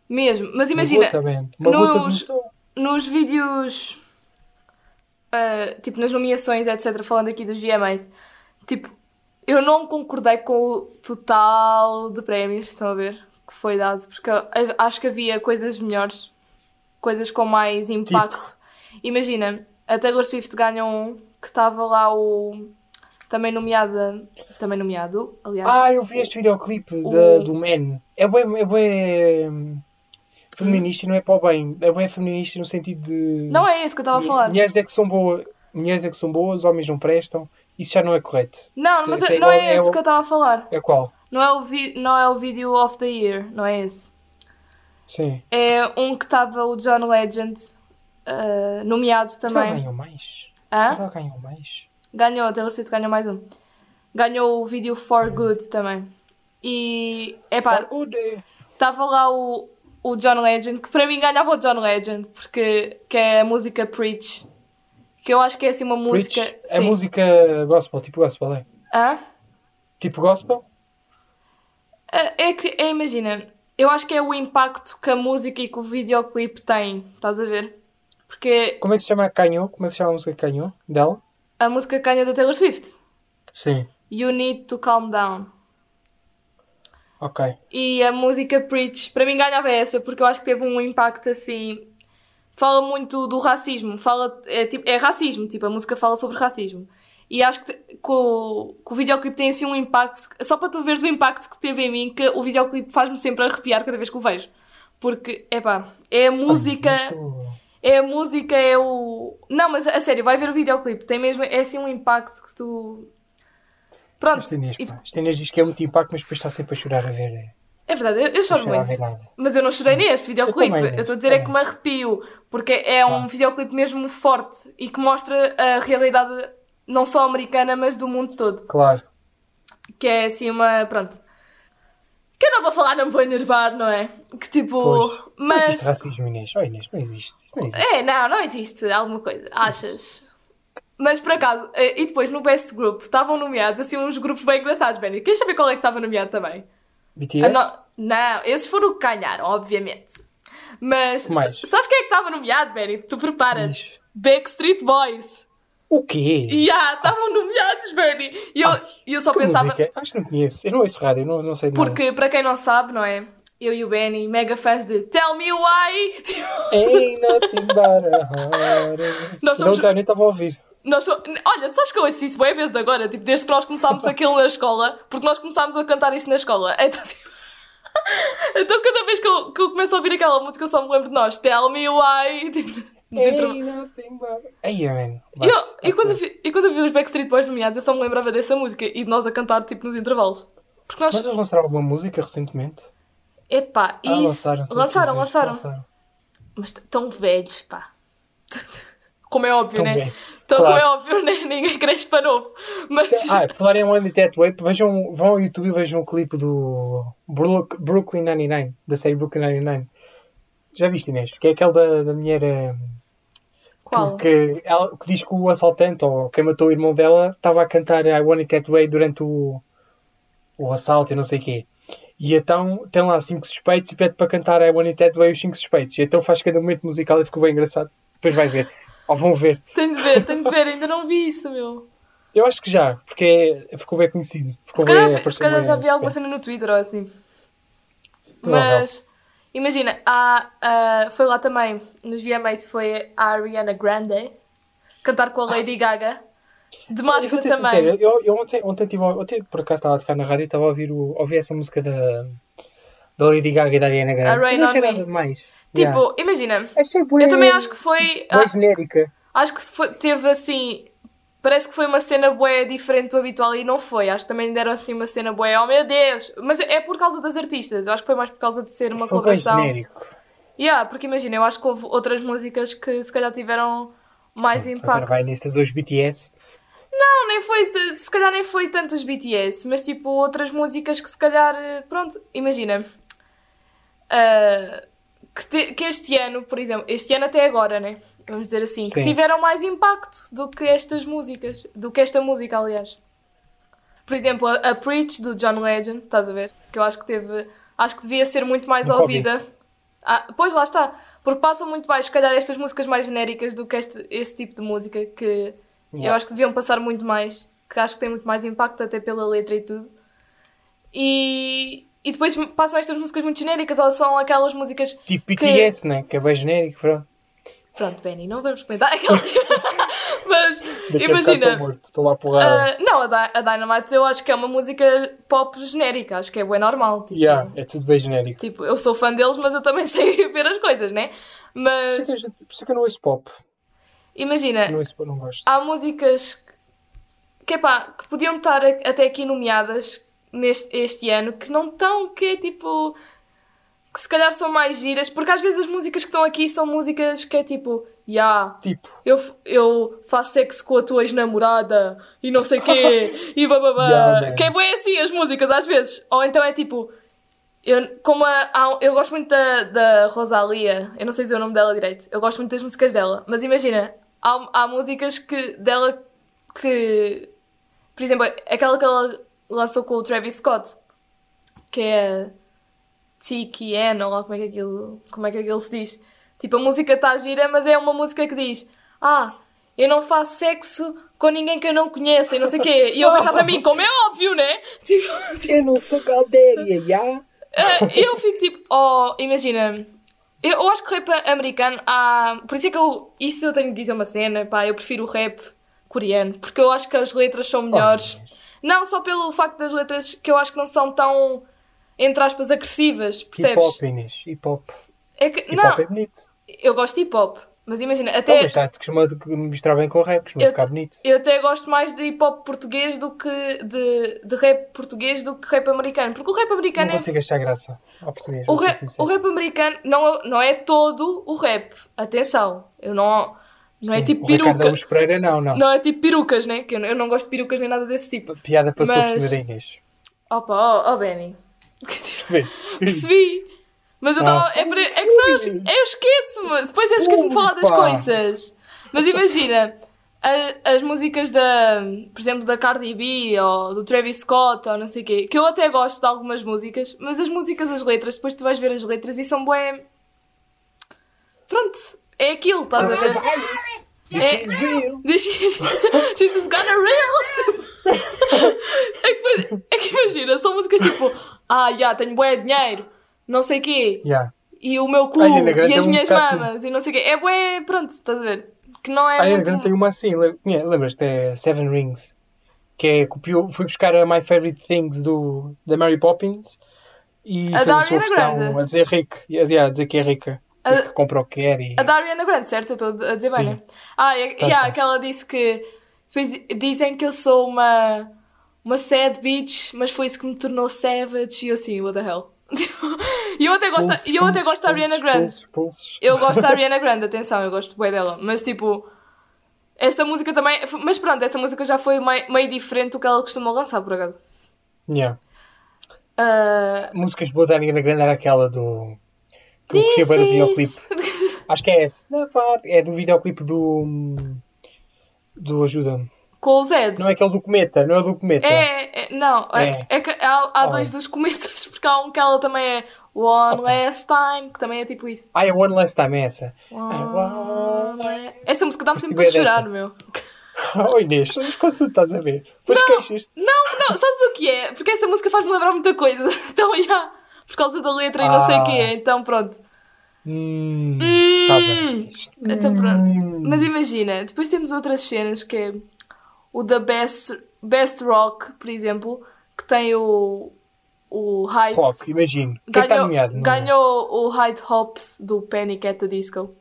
S1: Mesmo. Mas imagina,
S2: Uma gota, man. Uma gota de
S1: nos-
S2: noção.
S1: nos vídeos, ah, tipo nas nomeações, etc., falando aqui dos VMAs, tipo, eu não concordei com o total de prémios, estão a ver, que foi dado, porque eu eu acho que havia coisas melhores, coisas com mais impacto. Imagina, a Taylor Swift ganha um que estava lá o também nomeada. Também nomeado, aliás.
S2: Ah, eu vi este videoclipe da- do Man. É bem, é bué, hum, feminista e não é para o bem. É bem feminista no sentido de.
S1: não é esse que eu estava a falar.
S2: Mulheres é que são boas, mulheres é que são boas, homens não prestam. Isso já não é correto.
S1: Não,
S2: Isso-
S1: mas
S2: isso
S1: não
S2: igual-
S1: é esse
S2: o-
S1: que eu estava a falar.
S2: É qual?
S1: Não é, o vi- não é o Video of the Year, não é esse.
S2: Sim.
S1: É um que estava o John Legend ah, nomeado
S2: Mas ela
S1: também.
S2: ganhou mais.
S1: Hã?
S2: Mas ela ganhou mais.
S1: Ganhou, a Taylor Swift ganhou mais um. Ganhou o vídeo For Good também. E, epá,
S2: Good, eh,
S1: estava lá o, o John Legend, que para mim ganhava o John Legend, porque que é a música Preach. Que eu acho que é assim uma
S2: Preach.
S1: música.
S2: É
S1: sim.
S2: música gospel, tipo gospel, é?
S1: Hã?
S2: Tipo gospel?
S1: Ah, É que, é, imagina, eu acho que é o impacto que a música e que o videoclipe têm, estás a ver? Porque
S2: Como é que se chama a Canhão? Como é que se chama a música Canhão? Dela?
S1: a música que ganha é da Taylor Swift.
S2: Sim.
S1: You Need to Calm Down.
S2: Ok.
S1: E a música Preach, para mim ganhava essa, porque eu acho que teve um impacto assim. Fala muito do racismo, fala, é, tipo, é racismo, tipo, a música fala sobre racismo. E acho que, te- que o, que o videoclipe tem assim um impacto, só para tu veres o impacto que teve em mim, que o videoclipe faz-me sempre arrepiar cada vez que o vejo. Porque, epá, é a música.
S2: Muito-
S1: É a música, é o. Não, mas a sério, vai ver o videoclipe. Tem mesmo. É assim um impacto que tu. Pronto.
S2: Este Inês,
S1: e-
S2: pá. Este Inês diz que é muito impacto, mas depois está sempre a chorar a ver. eh,
S1: É verdade, eu, eu
S2: A
S1: choro
S2: chorar a
S1: muito.
S2: ver nada.
S1: Mas eu não chorei neste videoclipe.
S2: Eu
S1: Eu
S2: também não,
S1: estou a dizer é
S2: também.
S1: que me arrepio. Porque é um
S2: Ah.
S1: videoclipe mesmo forte e que mostra a realidade não só americana, mas do mundo todo.
S2: Claro.
S1: Que é assim uma. Pronto. Que eu não vou falar, não me vou enervar, não é? Que tipo.
S2: Pois. Não existe
S1: Mas.
S2: racismo, Inês. Oh, Inês, não existe. Isso não existe.
S1: É, não, não existe alguma coisa, achas? Mas por acaso, eh, e depois no Best Group estavam nomeados assim uns grupos bem engraçados, Benny. Queres saber qual é que estava nomeado também?
S2: BTS?
S1: A no- Ah, Não, esses foram o que ganharam, obviamente. Mas
S2: Mais.
S1: s- sabes quem é que estava nomeado, Benny? Tu preparas.
S2: Diz. Hum.
S1: Backstreet Boys.
S2: O quê?
S1: E ah, estavam nomeados, Benny. E eu, e eu só
S2: Ah, Que
S1: pensava.
S2: música? é Acho que não conheço. Eu não ouço rádio, eu não, não sei de nada.
S1: Porque, para quem não sabe, não é? Eu e o Benny, mega fãs de Tell Me Why.
S2: Ain't nothing but a heart.
S1: Nós
S2: Não,
S1: somos
S2: já nem estava a ouvir.
S1: Nós, só- olha, sabes que eu ouço isso bem vezes agora, tipo, desde que nós começámos aquilo na escola, porque nós começámos a cantar isso na escola. Então, tipo, então cada vez que eu, que eu começo a ouvir aquela música, eu só me lembro de nós. Tell me why. Tipo, nos
S2: É
S1: intervalos.
S2: Ain't nothing but... Aí, man.
S1: E eu- e, quando eu vi, e quando eu vi os Backstreet Boys nomeados, eu só me lembrava dessa música e de nós a cantar, tipo, nos intervalos. Porque nós.
S2: Mas eles lançaram alguma música recentemente?
S1: Epá,
S2: Ah,
S1: isso.
S2: tudo
S1: lançaram,
S2: bem,
S1: lançaram. Mas t- tão velhos, pá. Como é óbvio,
S2: Tão
S1: né?
S2: bem.
S1: Então,
S2: Claro.
S1: como é óbvio, né? Ninguém cresce para novo. Mas.
S2: Ah, por falar em One Tet Wave, vejam, vão ao YouTube e vejam o clipe do Brook- Brooklyn 99, da série Brooklyn 99. Já viste, Inês? Que é aquele da, da mulher eh,
S1: qual?
S2: que, ela, que diz que o assaltante ou quem matou o irmão dela estava a cantar I Want Cat Way durante o, o assalto e não sei o quê. E então tem lá cinco suspeitos e pede para cantar I Want Cat Way os cinco suspeitos. E então faz cada momento musical e ficou bem engraçado. Depois vai ver. Ou vão ver.
S1: Tenho de ver, tenho de ver, ainda não vi isso, meu.
S2: Eu acho que já, porque é- ficou bem conhecido.
S1: Se
S2: Ficou
S1: calhar,
S2: bem-
S1: vi- se
S2: apareceu
S1: calhar
S2: bem-
S1: já vi alguma
S2: bem.
S1: cena no Twitter ou assim.
S2: Provável.
S1: Mas, imagina, há, ah, foi lá também, nos VMAs foi a Ariana Grande cantar com a
S2: Ah.
S1: Lady Gaga, de
S2: Eu vou
S1: máscara
S2: ser
S1: também.
S2: sincero, eu, eu ontem, ontem, tive, a- ontem, por acaso, estava a tocar na rádio e estava a ouvir, o, a ouvir essa música da, da Lady Gaga e da Ariana Grande.
S1: A Rain
S2: não
S1: on
S2: achei
S1: Me.
S2: nada demais.
S1: Tipo,
S2: Yeah.
S1: imagina,
S2: Achei
S1: eu também
S2: bué-
S1: acho que foi,
S2: Boa
S1: ah,
S2: genérica.
S1: acho que foi- teve assim, parece que foi uma cena bué diferente do habitual e não foi, acho que também deram assim uma cena bué, oh meu Deus, mas é por causa das artistas, eu acho que foi mais por causa de ser uma
S2: Foi bem
S1: colaboração.
S2: genérico.
S1: Yeah, porque imagina, eu acho que houve outras músicas que se calhar tiveram mais
S2: Agora
S1: impacto.
S2: vai nestas hoje BTS.
S1: Não, nem foi, de- se calhar nem foi tanto os BTS, mas tipo outras músicas que se calhar, eh, pronto, imagina. ah, que, te- que este ano, por exemplo, este ano até agora, né? Vamos dizer assim, que
S2: Sim.
S1: tiveram mais impacto do que estas músicas, do que esta música, aliás. Por exemplo, a, a Preach do John Legend, estás a ver? Que eu acho que teve, acho que devia ser muito mais
S2: Nunca ouvi.
S1: ouvida. Ah, pois lá está, porque passam muito mais, se calhar, estas músicas mais genéricas do que este, este tipo de música que eu
S2: Yeah.
S1: acho que deviam passar muito mais, que acho que tem muito mais impacto, até pela letra e tudo. E, e depois passam estas músicas muito genéricas ou são aquelas músicas.
S2: Tipo BTS, né? Que é bem genérico, pronto.
S1: Pronto, Benny, não vamos comentar aquelas. Mas Mas
S2: Daqui a bocado
S1: imagina,
S2: estou morto, estou lá
S1: ah,
S2: porrada.
S1: não, a, Di- a Dynamite eu acho que é uma música pop genérica, acho que é bem normal. Tipo,
S2: Yeah, é tudo bem genérico.
S1: tipo, eu sou fã deles, mas eu também sei ver as coisas, né?
S2: Por
S1: Mas
S2: isso é que a gente- por isso é que eu não ouço pop.
S1: imagina,
S2: Não ouço pop, não gosto.
S1: há músicas que, epá, que podiam estar a- até aqui nomeadas neste este ano que não estão, que é tipo. que se calhar são mais giras, porque às vezes as músicas que estão aqui são músicas que é tipo. Ya,
S2: Tipo,
S1: eu, f- eu faço sexo com a tua ex-namorada e não sei quê, e bababá.
S2: Ya, man.
S1: que é bem assim as músicas às vezes. Ou então é tipo. Eu, como a- há um- eu gosto muito da, da Rosalia, eu não sei dizer o nome dela direito, eu gosto muito das músicas dela, mas imagina, há, há músicas que, dela que. Por exemplo, aquela que ela lançou com o Travis Scott, que é. TQN, ou lá como é que aquilo, como é que aquilo se diz. Tipo, a música está gira, mas é uma música que diz: Ah, eu não faço sexo com ninguém que eu não conheço e não sei o quê. E eu pensar para mim, como é óbvio, né? Tipo,
S2: eu não sou Galdéria, já.
S1: ah, eu fico tipo, oh, imagina. Eu, eu acho que rap americano há. Por isso é que eu. Isso eu tenho de dizer uma cena, pá. Eu prefiro o rap coreano, porque eu acho que as letras são
S2: Oh,
S1: melhores. Não só pelo facto das letras que eu acho que não são tão, entre aspas, agressivas,
S2: Hip
S1: percebes?
S2: hop, Inês. Hip hop.
S1: É que,
S2: Hip
S1: não,
S2: hop é bonito.
S1: eu gosto de hip hop, mas imagina,
S2: Então,
S1: até.
S2: mas já te costuma de misturar bem com o rap, costuma
S1: É, Eu
S2: ficar
S1: te-
S2: bonito.
S1: Eu até gosto mais de hip hop português do que de, de rap português do que rap americano. Porque o rap
S2: Não
S1: americano é.
S2: consigo achar graça ao português.
S1: O
S2: vou ser
S1: rap,
S2: sincero.
S1: o rap americano não, é- não é todo o rap. Atenção. Eu não. Não é
S2: Sim,
S1: tipo
S2: o Ricardo
S1: peruca.
S2: Alves Pereira, não, não.
S1: Não é tipo perucas, né? Que eu, eu não gosto de perucas nem nada desse tipo.
S2: A piada passou por
S1: Mas-
S2: cima da Inês.
S1: Opa, ó oh, Benny.
S2: Percebeste?
S1: Percebi. Mas eu estava. É, para- é que são. os- Eu esqueço-me. Depois eu esqueço-me de falar das
S2: Opa.
S1: coisas. Mas imagina. a- As músicas da, por exemplo, da Cardi B ou do Travis Scott ou não sei o quê, que eu até gosto de algumas músicas, mas as músicas, as letras, depois tu vais ver as letras e são bué. Pronto, é aquilo, estás a ver?
S2: This
S1: É-
S2: is real.
S1: This is, this is gonna real! É que, é que imagina, são músicas tipo, ah, já tenho bué dinheiro, não sei o quê,
S2: Yeah.
S1: e o meu cu
S2: A Ariana Grande
S1: e
S2: é
S1: as
S2: um
S1: minhas
S2: bocado assim.
S1: mamas e não sei o quê. É bué, pronto, estás a ver? Que não é
S2: Ah, eu
S1: muito...
S2: grande tem uma assim, le- yeah, lembras-te? É Seven Rings. Que é, copiou, foi buscar a My Favorite Things do, da Mary Poppins e
S1: A
S2: fez
S1: da
S2: a sua
S1: Ariana Grande.
S2: versão a dizer rico, e a, yeah, a dizer que é rica.
S1: A-
S2: e que compra o que quer e...
S1: A da Ariana Grande, certo? Eu estou a dizer bem,
S2: Sim. Tá,
S1: né? Ah, e, e há
S2: está.
S1: aquela disse que... Depois di- dizem que eu sou uma... Uma sad bitch, mas foi isso que me tornou savage. E eu assim, what the hell? E eu até gosto,
S2: Pulsos,
S1: e eu até
S2: pulsos,
S1: gosto da Ariana
S2: pulsos,
S1: Grande.
S2: pulsos, pulsos.
S1: Eu gosto da Ariana Grande, atenção, eu gosto bem dela. Mas tipo, essa música também. Mas pronto, essa música já foi mei- meio, diferente do que ela costuma lançar, por acaso.
S2: Yeah.
S1: Ah,
S2: Músicas boas da Ariana Grande era aquela do... Que eu
S1: this
S2: corria bem do videoclipe.
S1: is...
S2: Acho que é esse. Na parte- É do videoclipe do... Do Ajuda-me.
S1: Com o Zed.
S2: Não é aquele do Cometa, não é o do Cometa.
S1: É, é- não, é,
S2: É.
S1: é que há, há
S2: Oh.
S1: dois dos cometas, porque há um que ela também é One Last Time, que também é tipo isso.
S2: Ah, é One Last Time, é essa.
S1: One la- Essa música dá-me sempre para
S2: Gostei bem
S1: chorar,
S2: tipo é dessa.
S1: meu.
S2: Oh Inês, mas quando tu estás a ver? Pois queixas-te.
S1: Não, não, sabes o que é? Porque essa música faz-me lembrar muita coisa. Então, já, por causa da letra e não sei o que
S2: Ah.
S1: é. Então, pronto.
S2: Hum,
S1: Hum.
S2: tá bem.
S1: Então pronto.
S2: Hum.
S1: Mas imagina, depois temos outras cenas que é o da Best, Best Rock, por exemplo, que tem o, o Hyde.
S2: Rock, é imagino. Quem está
S1: Ganhou,
S2: nomeado? Não. é?
S1: ganhou o Hyde Hops do Panic at the Disco.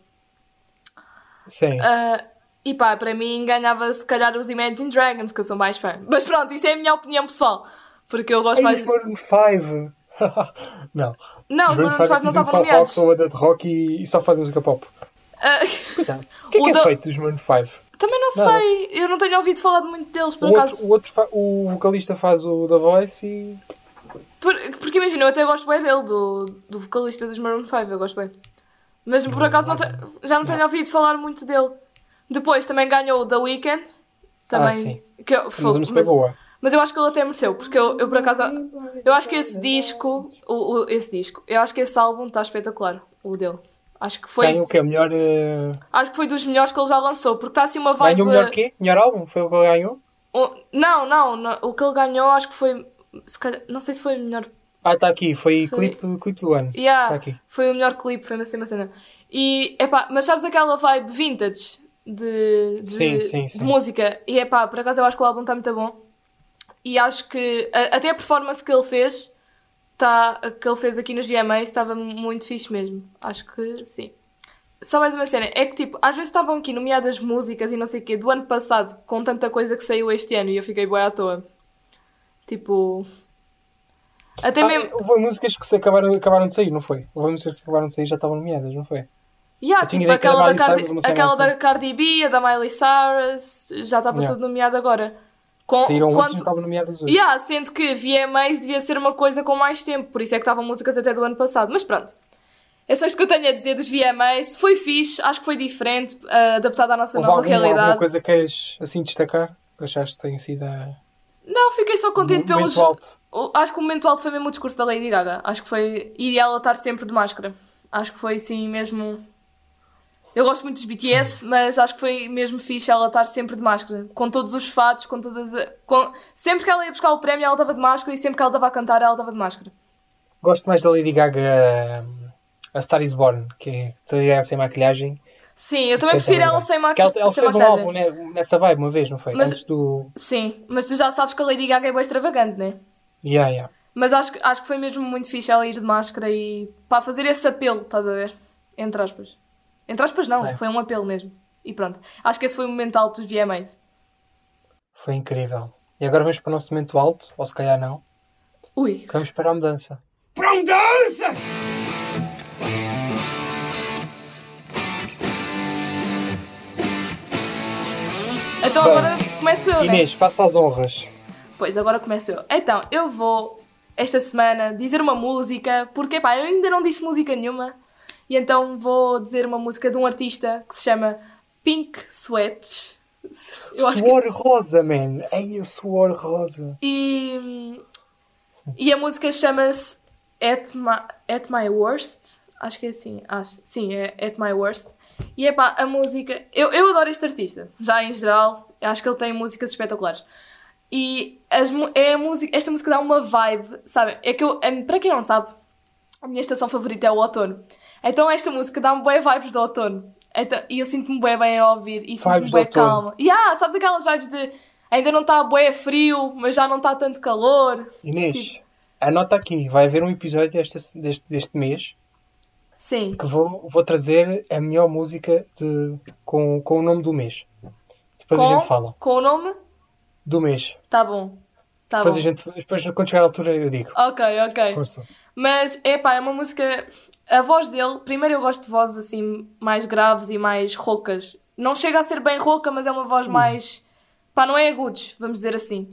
S2: Sim.
S1: Ah, e pá, para mim ganhava se calhar os Imagine Dragons, que eu sou mais fã. Mas pronto, isso é a minha opinião pessoal. Porque eu gosto
S2: Ai,
S1: mais.
S2: os Maroon 5. não.
S1: Não, os Maroon 5 não
S2: fazem
S1: estavam
S2: tipo um só rock,
S1: nomeados.
S2: são uma de rock e, e só fazem música pop.
S1: Ah,
S2: Coitado. O que é
S1: O
S2: que é
S1: da-
S2: feito dos Maroon 5?
S1: também não
S2: Nada.
S1: sei, eu não tenho ouvido falar muito deles,
S2: O
S1: por acaso.
S2: outro, o, outro fa- o vocalista faz o da voice e.
S1: Por- porque imagina, eu até gosto bem dele, do, do vocalista dos Maroon 5, eu gosto bem. Mas por acaso não te- já não tenho ouvido falar muito dele. Depois também ganhou o The Weeknd. Também. que eu-
S2: Ah, Mas
S1: foi-
S2: a música é
S1: mas,
S2: boa.
S1: mas eu acho que ele até mereceu, porque eu, eu por acaso. Eu acho que esse disco. O, o- esse disco. Eu acho que esse álbum está espetacular, o dele. Acho que foi.
S2: Ganha o quê? O melhor. eh,
S1: Acho que foi dos melhores que ele já lançou, porque está assim uma vibe.
S2: Ganhou o melhor quê? Melhor álbum? Foi o que ele ganhou?
S1: um- não, não, não. O que ele ganhou acho que foi. se calhar- não sei se foi o melhor
S2: Ah, está aqui. Foi,
S1: Foi.
S2: Clipe, clipe do ano.
S1: Yeah,
S2: Tá aqui.
S1: Foi o melhor clipe, foi uma cena. E, epá, mas sabes aquela vibe vintage? de, de,
S2: Sim, sim, sim.
S1: de música. E é pá, por acaso eu acho que o álbum está muito bom. E acho que a- até a performance que ele fez, tá, que ele fez aqui nos VMAs, estava muito fixe mesmo. Acho que sim. Só mais uma cena, é que tipo, às vezes estavam aqui nomeadas músicas e não sei o quê do ano passado, com tanta coisa que saiu este ano e eu fiquei boa à toa. Tipo. Até
S2: Ah,
S1: É mesmo.
S2: Houve músicas que se acabaram, acabaram de sair, não foi? Houve músicas que acabaram de sair e já estavam nomeadas, não foi?
S1: Yeah,
S2: Eu tinha
S1: tipo,
S2: ideia que era
S1: aquela, da
S2: Miley
S1: Cardi,
S2: Cyrus, uma cena
S1: aquela da
S2: assim.
S1: Cardi B, a da Miley Cyrus, já estava
S2: Yeah.
S1: tudo nomeado agora. Com,
S2: Saíram outras e
S1: quanto,
S2: não estavam nomeadas hoje.
S1: yeah, sendo que VMAs devia ser uma coisa com mais tempo, por isso é que estavam músicas até do ano passado. Mas pronto, é só isto que eu tenho a dizer dos VMAs. Foi fixe, acho que foi diferente, ah, adaptado à nossa
S2: Houve
S1: nova
S2: alguma, alguma
S1: realidade.
S2: coisa que queiras assim destacar? Que achaste que tenha sido a...
S1: Não, fiquei só contente
S2: um
S1: pelos.
S2: momento alto?
S1: O- Acho que o momento alto foi mesmo o discurso da Lady Gaga. Acho que foi. E ela estar sempre de máscara. Acho que foi assim mesmo. Eu gosto muito dos BTS, mas acho que foi mesmo fixe ela estar sempre de máscara. Com todos os fatos, com todas. a- com- Sempre que ela ia buscar o prémio, ela estava de máscara e sempre que ela estava a cantar, ela estava de máscara.
S2: Gosto mais da Lady Gaga hum, a Star Is Born, que é que seria sem maquilhagem.
S1: Sim, eu também
S2: Eu
S1: prefiro
S2: também
S1: ela
S2: gosto.
S1: sem, maqui...
S2: Que é ela, ela
S1: sem
S2: fez um
S1: maquiagem.
S2: álbum né, nessa vibe uma vez, não foi?
S1: Mas-
S2: Antes do...
S1: Sim, mas tu já sabes que a Lady Gaga é bem extravagante, né?
S2: Yeah, yeah.
S1: Mas acho, que- acho que foi mesmo muito fixe ela ir de máscara e pá, fazer esse apelo, estás a ver? Entre aspas. Entre aspas não,
S2: É.
S1: foi um apelo mesmo. E pronto. Acho que esse foi o momento alto dos VMAs.
S2: Foi incrível. E agora vamos para o nosso momento alto, ou se calhar não.
S1: Ui.
S2: que Vamos para a mudança.
S3: Para um dança!
S1: Então
S2: Bem,
S1: agora começo eu, né?
S2: Inês, faça as honras.
S1: Pois, agora começo eu. Então, eu vou esta semana dizer uma música, porque pá, eu ainda não disse música nenhuma. E então vou dizer uma música de um artista que se chama Pink Sweats. Eu acho que
S2: Suor rosa, man. Ei, o suor rosa.
S1: E, hum, e a música chama-se At My, At My Worst. Acho que é assim, acho. Sim, é At My Worst. E é pá, a música. Eu, eu adoro este artista, já em geral. eu Acho que ele tem músicas espetaculares. E as, mu- é a música, esta música dá uma vibe, sabe? É que eu, em- para quem não sabe, a minha estação favorita é o outono. Então esta música dá-me boas vibes do outono. Então, e eu sinto-me bué bem a ouvir e sinto-me
S2: de
S1: bué
S2: outono.
S1: calma. E ah, sabes aquelas vibes de ainda não está bué frio, mas já não está tanto calor.
S2: Inês, anota aqui. Vai haver um episódio desta- deste, deste mês
S1: Sim,
S2: que vou, vou trazer a melhor música de- com, com o nome do mês. Depois a
S1: Com?
S2: gente fala.
S1: com o nome,
S2: Do mês.
S1: tá bom. Tá
S2: Depois,
S1: bom.
S2: a gente, depois quando chegar à altura eu digo.
S1: Ok, ok.
S2: Força.
S1: Mas é pá, é uma música. A voz dele, primeiro eu gosto de vozes assim mais graves e mais roucas. Não chega a ser bem rouca, mas é uma voz
S2: Hum.
S1: mais. pá, não é agudos, vamos dizer assim.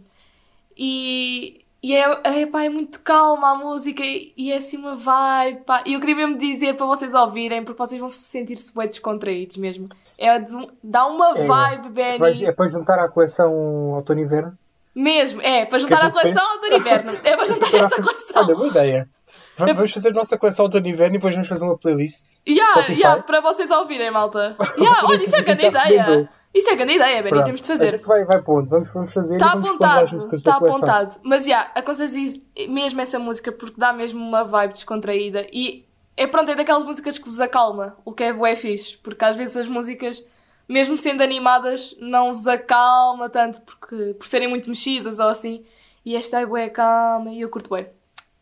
S1: E, e é, é, pá, é muito calma a música e e é assim uma vibe. Pá. E eu queria mesmo dizer para vocês ouvirem, porque vocês vão sentir-se bem descontraídos mesmo. É, de um- dá uma
S2: É,
S1: vibe, Benny.
S2: Vais, é depois juntar à coleção Outono e Inverno.
S1: Mesmo, é, para juntar a
S2: gente fez?
S1: coleção do inverno. É para juntar essa coleção.
S2: Olha, boa ideia. Va- Vamos fazer a nossa coleção Outono e Inverno e depois vamos fazer uma playlist.
S1: Yeah,
S2: Spotify.
S1: yeah, para vocês ouvirem, malta. Yeah, olha, isso é grande
S2: Já se
S1: ideia.
S2: vendeu.
S1: Isso é grande ideia, Benny,
S2: Pronto.
S1: temos de
S2: A
S1: fazer.
S2: gente vai, vai pondo. Vamos, vamos fazer
S1: Está
S2: e vamos pondo as
S1: Tá apontado,
S2: músicas
S1: está
S2: da coleção.
S1: apontado. Mas yeah, aconselho is- mesmo essa música porque dá mesmo uma vibe descontraída e é pronto, é daquelas músicas que vos acalma, o que é bué fixe, porque às vezes as músicas, mesmo sendo animadas, não vos acalma tanto porque, por serem muito mexidas ou assim. E esta é bué calma e eu curto bué.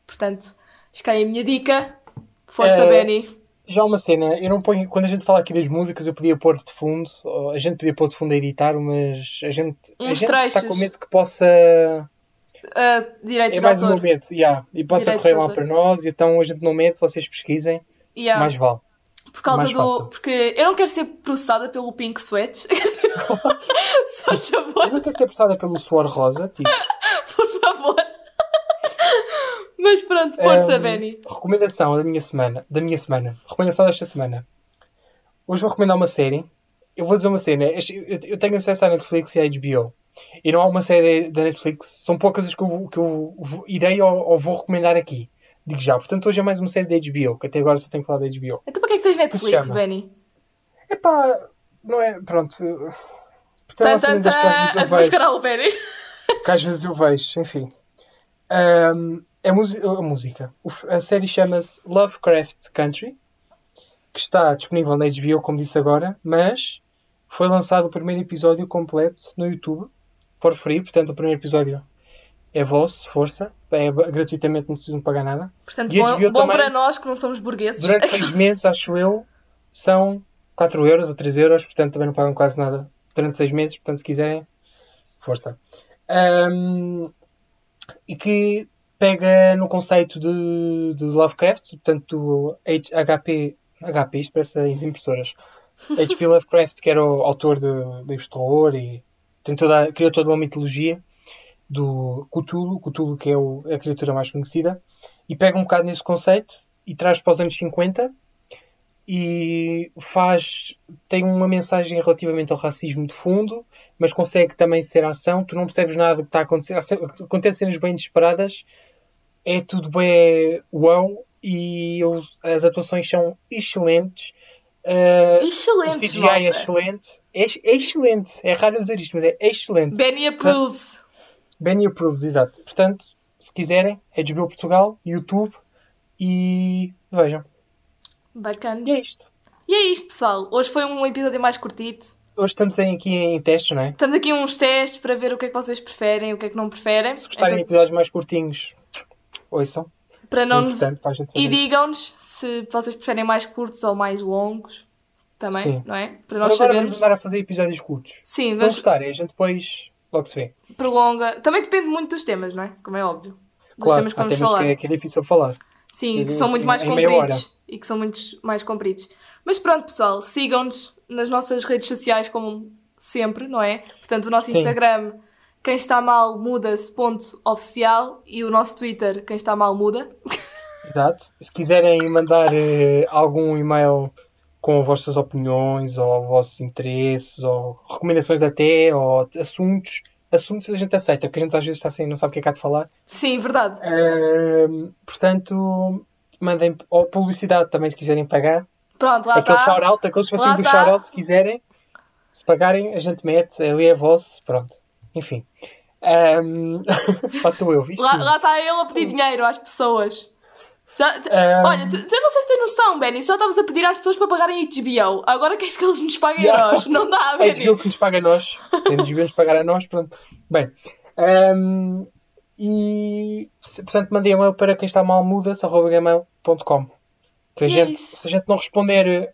S1: Portanto, fica aí a minha dica. Força,
S2: É,
S1: Benny.
S2: Já uma cena, eu não ponho. Quando a gente fala aqui das músicas, eu podia pôr de fundo, ou a gente podia pôr de fundo a editar, mas a gente, a
S1: Uns
S2: gente está
S1: trechos.
S2: com medo que possa.
S1: Ah, direitos
S2: É
S1: de
S2: mais um
S1: autor.
S2: momento, yeah, e possa
S1: Direitos
S2: correr
S1: de
S2: mal
S1: autor.
S2: para nós, então a gente não mete, vocês pesquisem,
S1: Yeah.
S2: mais vale.
S1: Por causa
S2: Mais
S1: do.
S2: fácil.
S1: Porque eu não quero ser processada pelo Pink Sweat. Se faz
S2: Eu
S1: favor,
S2: não quero ser apressada pelo suor rosa, tipo.
S1: por favor. Mas pronto,
S2: Ahm,
S1: força, Benny.
S2: Recomendação da minha semana. Da minha semana. Recomendação desta semana. Hoje vou recomendar uma série. Eu vou dizer uma cena. este- Eu eu tenho acesso à Netflix e à HBO. E não há uma série da Netflix. São poucas as que eu, que eu vou- irei ou, ou vou recomendar aqui. Digo já. Portanto, hoje é mais uma série da HBO. Que até agora só tenho falado da HBO.
S1: Então para que é que tens Netflix,
S2: chama? Então,
S1: Benny?
S2: Epá, não é. Pronto. é Porque há
S1: Tan,
S2: umas
S1: tan,
S2: cenas
S1: tan,
S2: que às
S1: Tá, a
S2: vezes eu vejo.
S1: desmascarar o Benny.
S2: que às vezes eu vejo, enfim. Ahm, a, musi- a música. O f- A série chama-se Lovecraft Country, que está disponível na HBO, como disse agora, mas Foi lançado o primeiro episódio completo no YouTube, por free, portanto o primeiro episódio é vosso, força, é gratuitamente, não precisam pagar nada.
S1: Portanto,
S2: E a
S1: bom,
S2: HBO
S1: bom
S2: também-
S1: para nós que não somos burgueses.
S2: Durante seis meses, acho eu, são 4 euros ou 3 euros, portanto também não pagam quase nada durante seis meses, portanto se quiserem, força. Ahm, e que pega no conceito de, de Lovecraft, portanto do H- HP, HP, isto parece as impressoras. H.P. Lovecraft, que era o autor de livros de terror e tem toda, a- criou toda uma mitologia do Cthulhu, Cthulhu que é o- a criatura mais conhecida, e pega um bocado nesse conceito e traz para os anos 50 e faz tem uma mensagem relativamente ao racismo de fundo, mas consegue também ser ação, tu não percebes nada do que está a acontecer, Ace- acontecem cenas bem disparadas, é tudo bem uau e os- as atuações são excelentes. Ah, o
S1: Excelente,
S2: CGI é
S1: malta.
S2: excelente. É, ex- é excelente. É raro dizer isto, mas é excelente.
S1: Benny approves.
S2: Benny approves, exato. Portanto, se quiserem, é HBO Portugal, YouTube e vejam.
S1: Bacana.
S2: E é isto.
S1: E é isto, pessoal. Hoje foi um episódio mais curtito.
S2: Hoje estamos aí aqui em testes, não é?
S1: Estamos aqui uns testes para ver o que é que vocês preferem, o que é que não preferem.
S2: Se gostarem de
S1: Então,
S2: episódios mais curtinhos, ouçam.
S1: para
S2: É
S1: não nos...
S2: importante para a gente
S1: E
S2: saber.
S1: digam-nos se vocês preferem mais curtos ou mais longos. Também,
S2: Sim.
S1: não é? Para
S2: Por
S1: nós
S2: agora
S1: sabermos.
S2: vamos andar a fazer episódios curtos.
S1: Sim,
S2: Se não
S1: vamos
S2: gostarem, a gente depois logo se vê.
S1: prolonga. Também depende muito dos temas, não é? Como é óbvio. Dos
S2: Claro,
S1: temas que
S2: há
S1: vamos
S2: temas
S1: falar.
S2: que é, que é difícil falar.
S1: Sim,
S2: Em-
S1: que são
S2: em-
S1: muito mais
S2: em meia
S1: compridos. E que são muito mais compridos. Mas pronto, pessoal, sigam-nos nas nossas redes sociais, como sempre, não é? Portanto, o nosso
S2: Sim.
S1: Instagram, quem está mal muda-se, ponto oficial. E o nosso Twitter, quem está mal muda.
S2: Exato. Se quiserem mandar eh, algum e-mail com vossas opiniões ou vossos interesses ou recomendações até ou t- assuntos, assuntos a gente aceita, porque a gente às vezes está assim, não sabe o que é que há de falar.
S1: Sim, verdade.
S2: É. Ahm, portanto, mandem ou publicidade também se quiserem pagar.
S1: Pronto, lá
S2: É Aquele
S1: está.
S2: shout-out, aqueles
S1: Lá
S2: do
S1: tá.
S2: shout-out se quiserem. Se pagarem, a gente mete, ali é vosso, pronto. Enfim. Ahm, lá estou eu, viste?
S1: Lá, lá está ele a pedir dinheiro às pessoas. Já, t-
S2: Ahm.
S1: Olha, tu, eu não sei se tens noção, Benny. Só estavas a pedir às pessoas para pagarem HBO. Agora queres que eles nos paguem
S2: Yeah.
S1: a nós? Não dá,
S2: É
S1: Benny.
S2: desvio que nos paga a nós. Se nos devemos pagar a nós, pronto. Bem. ahm, e, se- portanto, mandei e-mail para quem está mal muda.com. Que a
S1: E é
S2: gente,
S1: isso.
S2: se a gente não responder, eh,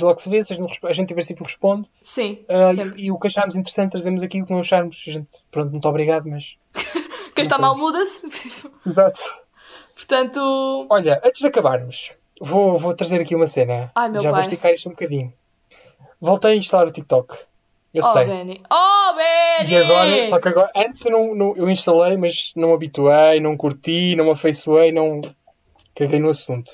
S2: logo se vê, se a gente, não resp- a gente em princípio responde.
S1: Sim,
S2: Ah,
S1: sempre.
S2: e, e o que acharmos interessante, trazemos aqui. O que não acharmos, a gente, pronto, muito obrigado, mas.
S1: Quem está
S2: ok.
S1: mal muda-se.
S2: Exato.
S1: Portanto,
S2: Olha, antes de acabarmos, vou, vou trazer aqui uma cena.
S1: Ai, meu
S2: Já vou
S1: pai.
S2: explicar isto um bocadinho. Voltei a instalar o TikTok. Eu
S1: oh,
S2: sei.
S1: Benny. Oh, Benny!
S2: E agora, só que agora, antes eu, não, não- eu instalei, mas não me habituei, não curti, não me afeiçoei, não caguei no assunto.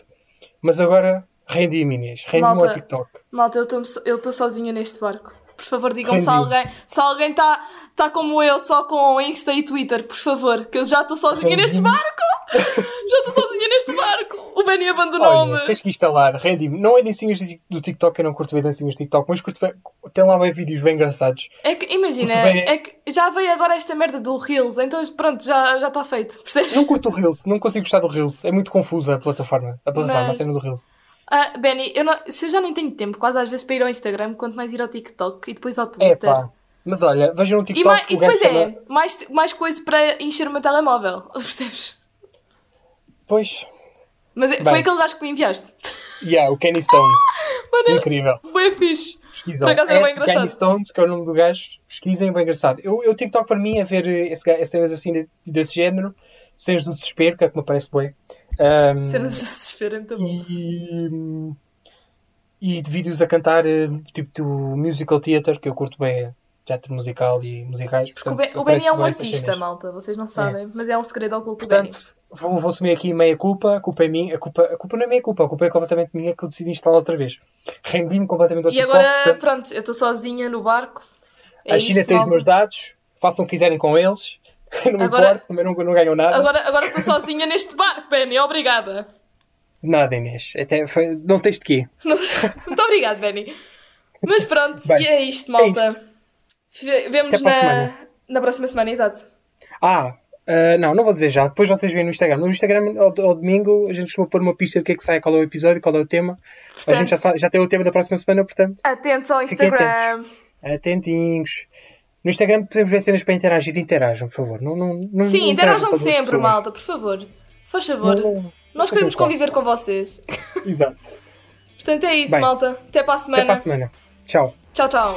S2: Mas agora rendi-me, Inês, rendi-me ao
S1: Malta.
S2: TikTok.
S1: Malta, eu estou- eu estou sozinha neste barco. Por favor, digam-me se
S2: Rendi.
S1: alguém, se alguém está tá como eu, só com Insta e Twitter, por favor, que eu já estou sozinha
S2: Rendi.
S1: neste barco! Já estou sozinha neste barco! O Benny
S2: Olha,
S1: abandonou-me!
S2: tens que instalar, rendi-me. Não é dancinhas do Tik- do TikTok, eu não curto bem dancinhas do TikTok, mas curto bem, tem lá bem vídeos bem engraçados.
S1: É que, imagina,
S2: Muito bem.
S1: é que já veio agora esta merda do Reels, então pronto, já está feito, percebes?
S2: Não curto o Reels, não consigo gostar do Reels, é muito confusa a plataforma, a plataforma,
S1: Mas-
S2: a cena do Reels.
S1: Ah, Benny, eu não- se eu já nem tenho tempo, quase às vezes para ir ao Instagram, quanto mais ir ao TikTok e depois ao
S2: É
S1: Twitter.
S2: pá, mas olha, vejam no
S1: E,
S2: TikTok,
S1: mais, e
S2: o gajo
S1: depois
S2: chama-
S1: é, mais, mais coisa para encher o meu telemóvel, percebes?
S2: Pois,
S1: Mas é- foi
S2: Bem.
S1: aquele gajo que me enviaste.
S2: yeah, o Kenny Stones,
S1: Mano,
S2: incrível.
S1: bem fixe.
S2: Pesquisam.
S1: Por acaso era
S2: É
S1: bem engraçado.
S2: Kenny Stones, que é o nome do gajo, pesquisem, é bem engraçado. Eu, eu TikTok para mim é ver eh, esse, ga- cenas assim de- desse género, cenas do desespero, que é que me aparece bem. Ahm,
S1: Cenas de desespero, é muito bom.
S2: e, e de vídeos a cantar, eh, tipo do musical theater, que eu curto bem eh, teatro musical e musicais.
S1: Porque o,
S2: portanto,
S1: Ben- o Benny é
S2: aparece
S1: um
S2: bué essas
S1: artista,
S2: cenas.
S1: malta, vocês não sabem, mas é um segredo oculto do Benny.
S2: Portanto, vou, vou assumir aqui meia culpa, a culpa é minha, a culpa, a culpa não é minha culpa, a culpa é completamente minha que eu decidi instalar outra vez. Rendi-me completamente ao
S1: E
S2: TikTok,
S1: agora,
S2: portanto,
S1: pronto, eu estou sozinha no barco. É
S2: a China
S1: isto,
S2: tem os
S1: malta.
S2: meus dados, façam o que quiserem com eles. Não me
S1: Agora-
S2: importo, também não, não ganham nada.
S1: Agora agora estou sozinha neste barco, Benny, obrigada.
S2: Nada, Inês. Até foi- Não tens de quê.
S1: Não- Muito obrigada, Benny. Mas pronto,
S2: Bem,
S1: e é isto, malta. Ve- Vemos
S2: Até para a
S1: na,
S2: semana.
S1: na próxima semana, exato.
S2: Ah, ah, não, não vou dizer já. Depois vocês veem no Instagram. No Instagram, ao, ao domingo, a gente costuma pôr uma pista do que é que sai, qual é o episódio, qual é o tema. a
S1: Portanto-
S2: gente já, sa- já tem o tema da próxima semana, portanto.
S1: Atentos ao
S2: Fiquem Hum,
S1: Instagram.
S2: Atentinhos. No Instagram podemos ver cenas para interagir. Interajam, por favor. Não, não, não,
S1: Sim,
S2: não
S1: interajam
S2: só duas
S1: sempre,
S2: pessoas.
S1: malta, por favor. Só favor.
S2: Não, não.
S1: Nós
S2: é Não
S1: queremos
S2: concordo.
S1: conviver com vocês.
S2: Exato.
S1: Portanto, é isso,
S2: Bem,
S1: malta. Até para a
S2: Até para
S1: semana.
S2: a semana. Tchau.
S1: Tchau, tchau.